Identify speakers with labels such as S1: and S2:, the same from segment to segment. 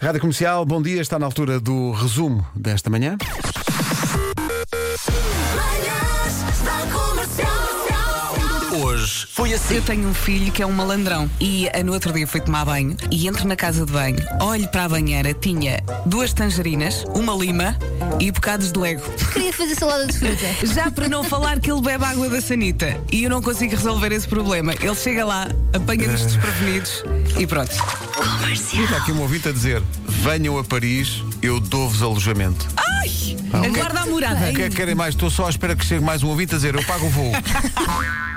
S1: Rádio Comercial, bom dia. Está na altura do resumo desta manhã.
S2: Hoje foi assim.
S3: Eu tenho um filho que é um malandrão e ah, no outro dia fui tomar banho e entro na casa de banho, olho para a banheira, tinha duas tangerinas, uma lima e bocados de lego.
S4: Queria fazer salada de fruta.
S3: Já para não falar que ele bebe água da sanita e eu não consigo resolver esse problema. Ele chega lá,
S1: É.
S3: apanha-nos desprevenidos e pronto.
S1: Está aqui um ouvinte a dizer: venham a Paris, eu dou-vos alojamento.
S3: Ai! Aguarda a morada.
S1: O que é que querem mais? Estou só à espera que chegue mais um ouvinte a dizer: eu pago o voo.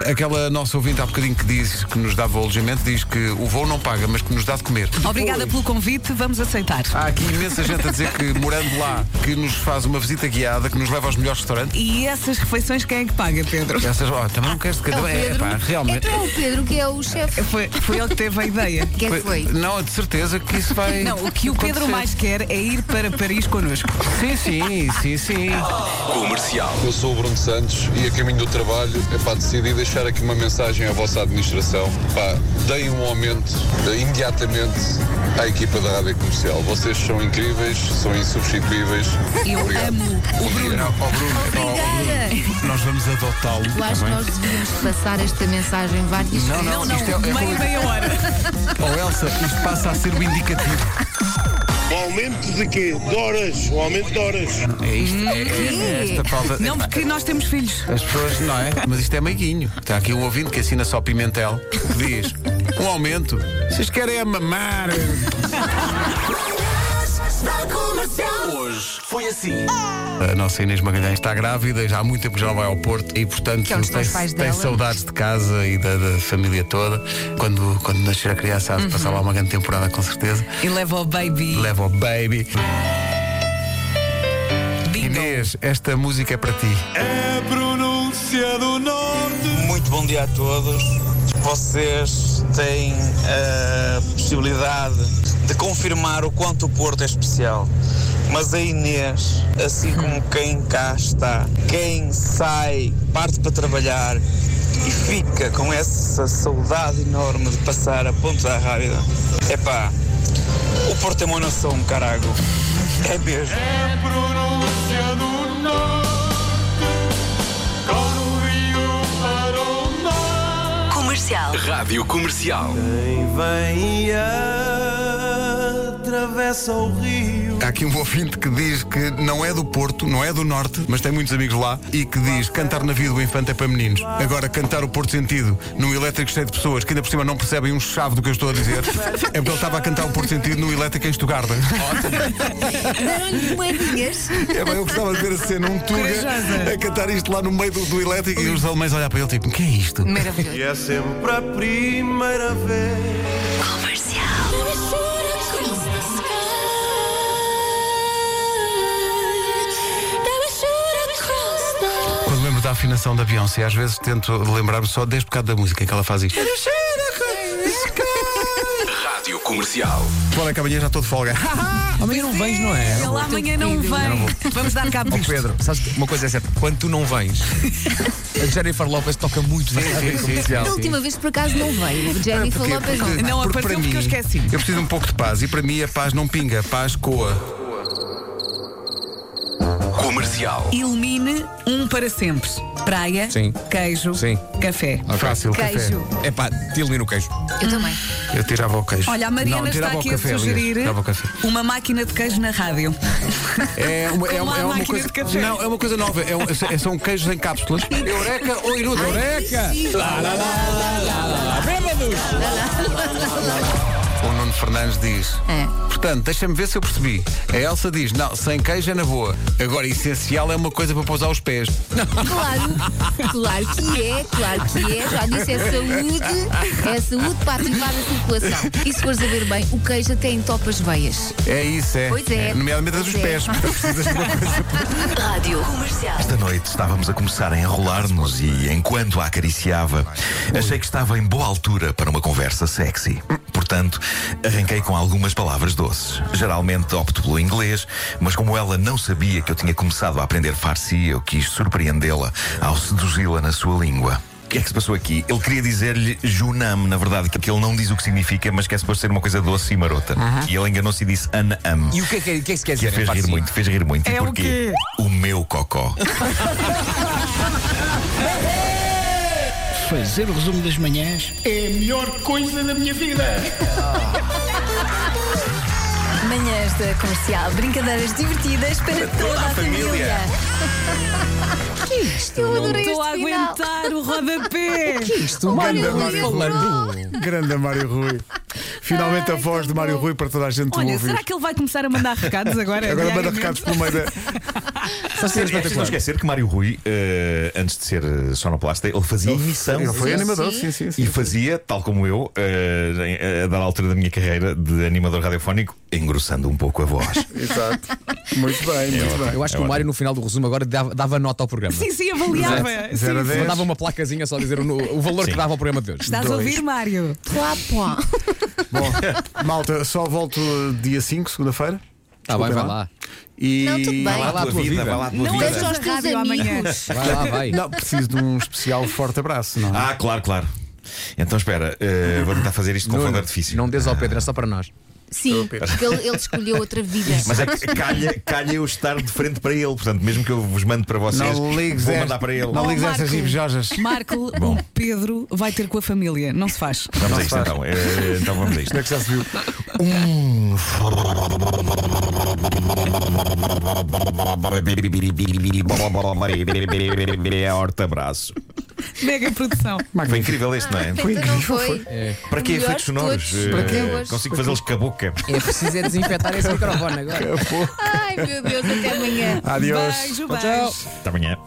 S1: Aquela nossa ouvinte há bocadinho que disse que nos dava o alojamento, diz que o voo não paga, mas que nos dá de comer.
S3: Obrigada pelo convite, vamos aceitar.
S1: Há aqui imensa gente a dizer que, morando lá, que nos faz uma visita guiada, que nos leva aos melhores restaurantes.
S3: E essas refeições quem é que paga, Pedro?
S1: Essas, ó, também não queres de cada
S4: É o
S1: é,
S4: Pedro.
S1: pá, realmente.
S4: É o Pedro que é o chefe.
S3: Foi, foi ele que teve a ideia.
S4: Quem é que foi?
S1: Não, de certeza que isso vai.
S3: Não, o que o Pedro
S1: acontecer.
S3: mais quer é ir para Paris connosco.
S1: Sim, sim, sim, sim.
S2: Comercial.
S5: Eu sou o Bruno Santos e a caminho do trabalho é para decidir deixar aqui uma mensagem à vossa administração. Pá, deem um aumento eh, imediatamente à equipa da Rádio Comercial. Vocês são incríveis, são insubstituíveis.
S3: Eu amo o Bruno.
S1: Não, ó, Bruno, ó,
S4: Obrigada.
S1: Bruno, nós vamos adotá-lo.
S4: Eu acho que
S1: tá
S4: nós
S1: bem?
S4: devíamos passar esta mensagem várias
S1: Não,
S4: vezes.
S1: não, isto é, é
S3: Meia, meia hora.
S1: Oh Elsa, isto passa a ser o indicativo.
S6: Um aumento de quê? De horas, um aumento de horas.
S1: É isto, é, é- é esta falta.
S3: Não, porque nós temos filhos.
S1: As pessoas, não é? Mas isto é meiguinho. Está aqui um ouvinte que assina só Pimentel, que diz: um aumento. Vocês querem é mamar.
S2: Hoje foi assim.
S1: A nossa Inês Magalhães está grávida, e já há muito tempo que já não vai ao Porto e, portanto,
S4: Que é onde estão os
S1: tem,
S4: pais
S1: tem
S4: dela.
S1: saudades de casa e da, da família toda. Quando, quando nascer a criança, há de passar
S4: Uhum.
S1: lá uma grande temporada, com certeza.
S3: E leva o baby.
S1: Leva o baby.
S3: Bingo.
S1: Inês, esta música é para ti.
S7: Muito bom dia a todos. Vocês têm a possibilidade de confirmar o quanto o Porto é especial. Mas a Inês, assim como quem cá está, quem sai, parte para trabalhar e fica com essa saudade enorme de passar a ponta da rábida, epá, o Porto é uma nação, carago. É mesmo.
S8: Comercial.
S2: Rádio Comercial.
S1: Há aqui um ouvinte que diz que não é do Porto, não é do Norte, mas tem muitos amigos lá e que diz cantar na vida do infante é para meninos. Agora, cantar o Porto Sentido num elétrico cheio de pessoas que ainda por cima não percebem um chave do que eu estou a dizer é porque ele estava a cantar o Porto Sentido no elétrico em Estugarda.
S4: Deram-lhe moedinhas.
S1: É bem, eu gostava de ver a cena, um Tuga
S3: Corajosa.
S1: a cantar isto lá no meio do, do elétrico e os alemães a olhar para ele tipo: o que é isto?
S4: Maravilhoso.
S6: É sempre a primeira vez.
S8: Comercial.
S1: Quando lembro da afinação da Beyoncé, às vezes tento lembrar-me só 10 bocado da música que ela faz isto.
S2: Rádio Comercial.
S1: Bora que amanhã já estou de folga.
S9: Amanhã não vens, não é?
S3: Ele amanhã não vem. Vamos dar cabo disto.
S9: Oh, Pedro, sabes que uma coisa é certa, quando tu não vens, a Jennifer Lopez toca muito é na rádio comercial.
S4: Da última vez, por acaso, não veio. O
S1: Ah,
S4: Jennifer
S1: Porquê?
S4: Lopez não
S1: Porque-
S4: veio.
S3: Não apareceu
S1: para
S3: porque eu esqueci.
S1: Eu preciso de um pouco de paz e para mim a paz não pinga, a paz coa.
S2: Comercial.
S3: Ilumine um para sempre. Praia,
S9: Sim.
S3: queijo,
S9: Sim.
S3: café.
S1: Fácil,
S4: Queijo.
S1: café.
S9: É pá, te elimino o queijo.
S4: Eu também.
S1: Eu tirava o queijo.
S3: Olha, a Mariana
S1: Não,
S3: está
S1: tirava o
S3: aqui
S1: café,
S3: a
S1: aliás.
S3: sugerir
S1: Tirava o café.
S3: uma máquina de queijo na rádio.
S1: É uma, é
S3: Como
S1: uma,
S3: há
S1: é uma
S3: máquina
S1: coisa.
S3: de café.
S1: Não, é uma coisa nova. É um- é- são queijos em cápsulas. Eureka ou iruda? Eureka! O Nuno Fernandes diz.
S4: É.
S1: Portanto, deixa-me ver se eu percebi. A Elsa diz: não, sem queijo é na boa. Agora, essencial é uma coisa para pousar os pés.
S4: Claro, claro que é, claro que é. Já disse, é saúde. É saúde para ativar a circulação. E se fores a ver bem, o queijo até entopa as veias.
S1: É isso, é.
S4: Pois é.
S1: Nomeadamente as dos
S4: Pois é.
S1: pés. Portanto, precisas de uma coisa.
S8: Rádio Comercial.
S10: Esta noite estávamos a começar a enrolar-nos e, enquanto a acariciava, achei que estava em boa altura para uma conversa sexy. Portanto, arranquei com algumas palavras doces. Geralmente opto pelo inglês, mas como ela não sabia que eu tinha começado a aprender farsi, eu quis surpreendê-la ao seduzi-la na sua língua. que é que se passou aqui? Ele queria dizer-lhe Junam, na verdade, que é ele não diz o que significa, mas que é suposto ser uma coisa doce e marota. E ele enganou-se e disse Anam.
S9: E o que é que, o que, é que se quer
S10: Que
S9: dizer?
S10: a fez rir muito, fez rir muito.
S3: É
S10: e
S3: o
S10: porquê? O meu cocó.
S11: Fazer o resumo das manhãs é a melhor coisa da minha vida.
S8: Manhãs da comercial. Brincadeiras divertidas para toda a família.
S4: é Eu adorei
S3: Estou a
S4: este final.
S3: aguentar o rodapé.
S9: Isto,
S1: Mário
S9: manda
S1: Rui
S9: Mário falando.
S1: Grande Mário Rui. Finalmente a voz de Mário Rui para toda a gente
S3: Olha,
S1: ouvir.
S3: será que ele vai começar a mandar recados agora?
S1: Agora manda
S3: diariamente?
S1: recados pelo meio da.
S10: É preciso não esquecer que Mário Rui, eh, antes de ser eh, sonoplasta, ele fazia emissão.
S1: Ele foi
S4: Sim,
S1: animador,
S4: sim.
S1: sim, sim. sim.
S10: E fazia, tal como eu, eh, a dar a altura da minha carreira de animador radiofónico, engrossando um pouco a voz. É
S1: Exato. Muito bem, muito bem.
S9: Eu acho que o Mário, no final do resumo, agora dava, dava nota ao programa.
S3: Sim, sim, avaliava. Sim,
S1: Zero a
S3: sim.
S1: dez.
S9: Mandava uma placazinha só a dizer o, no- o valor que dava ao programa de hoje.
S3: Estás a ouvir, Mário?
S4: Plá, plá.
S1: Bom, malta, só volto dia 5, segunda-feira.
S9: Tá bem,
S1: Desculpem
S9: vai
S1: lá.
S9: lá. Tá
S1: E...
S4: Não, tudo bem. Vai
S10: Vá lá a tua vida, vá lá a tua
S3: Não
S10: vida.
S4: Deixa aos teus
S3: Rádio amanhã.
S4: amigos.
S9: Vai lá, vai.
S1: Não, preciso de um especial forte abraço, não é?
S10: Ah, claro, claro. Então espera, eh, vou tentar fazer isto com
S9: Nuno,
S10: fundo artifício.
S9: Não dês ao Pedro, é só para nós.
S4: Sim, porque ele, ele escolheu outra vida.
S10: Mas é que calha, calha eu estar de frente para ele, portanto, mesmo que eu vos mande para vocês,
S1: Não ligues,
S10: vou
S1: esta-
S10: mandar para ele.
S1: Não
S3: Oh,
S1: ligues a estas
S3: Marco.
S1: invejojas.
S3: Marco, o Pedro vai ter com a família. Não se faz.
S10: Vamos a isto então. Eh, então vamos a isto.
S1: Como é que já se viu?
S10: Horta braço.
S3: Mega produção.
S10: Foi incrível este, não é?
S4: Foi incrível. Foi.
S10: Para que
S4: Melhor
S10: efeitos
S4: de
S10: sonoros?
S4: todos.
S10: Eh,
S4: Para quê? Hoje.
S10: Consigo fazê-los com a boca.
S9: É preciso é desinfetar esse microfone agora.
S4: Ai, meu Deus, até amanhã.
S1: Adiós.
S3: Beijo, beijo.
S10: Até amanhã.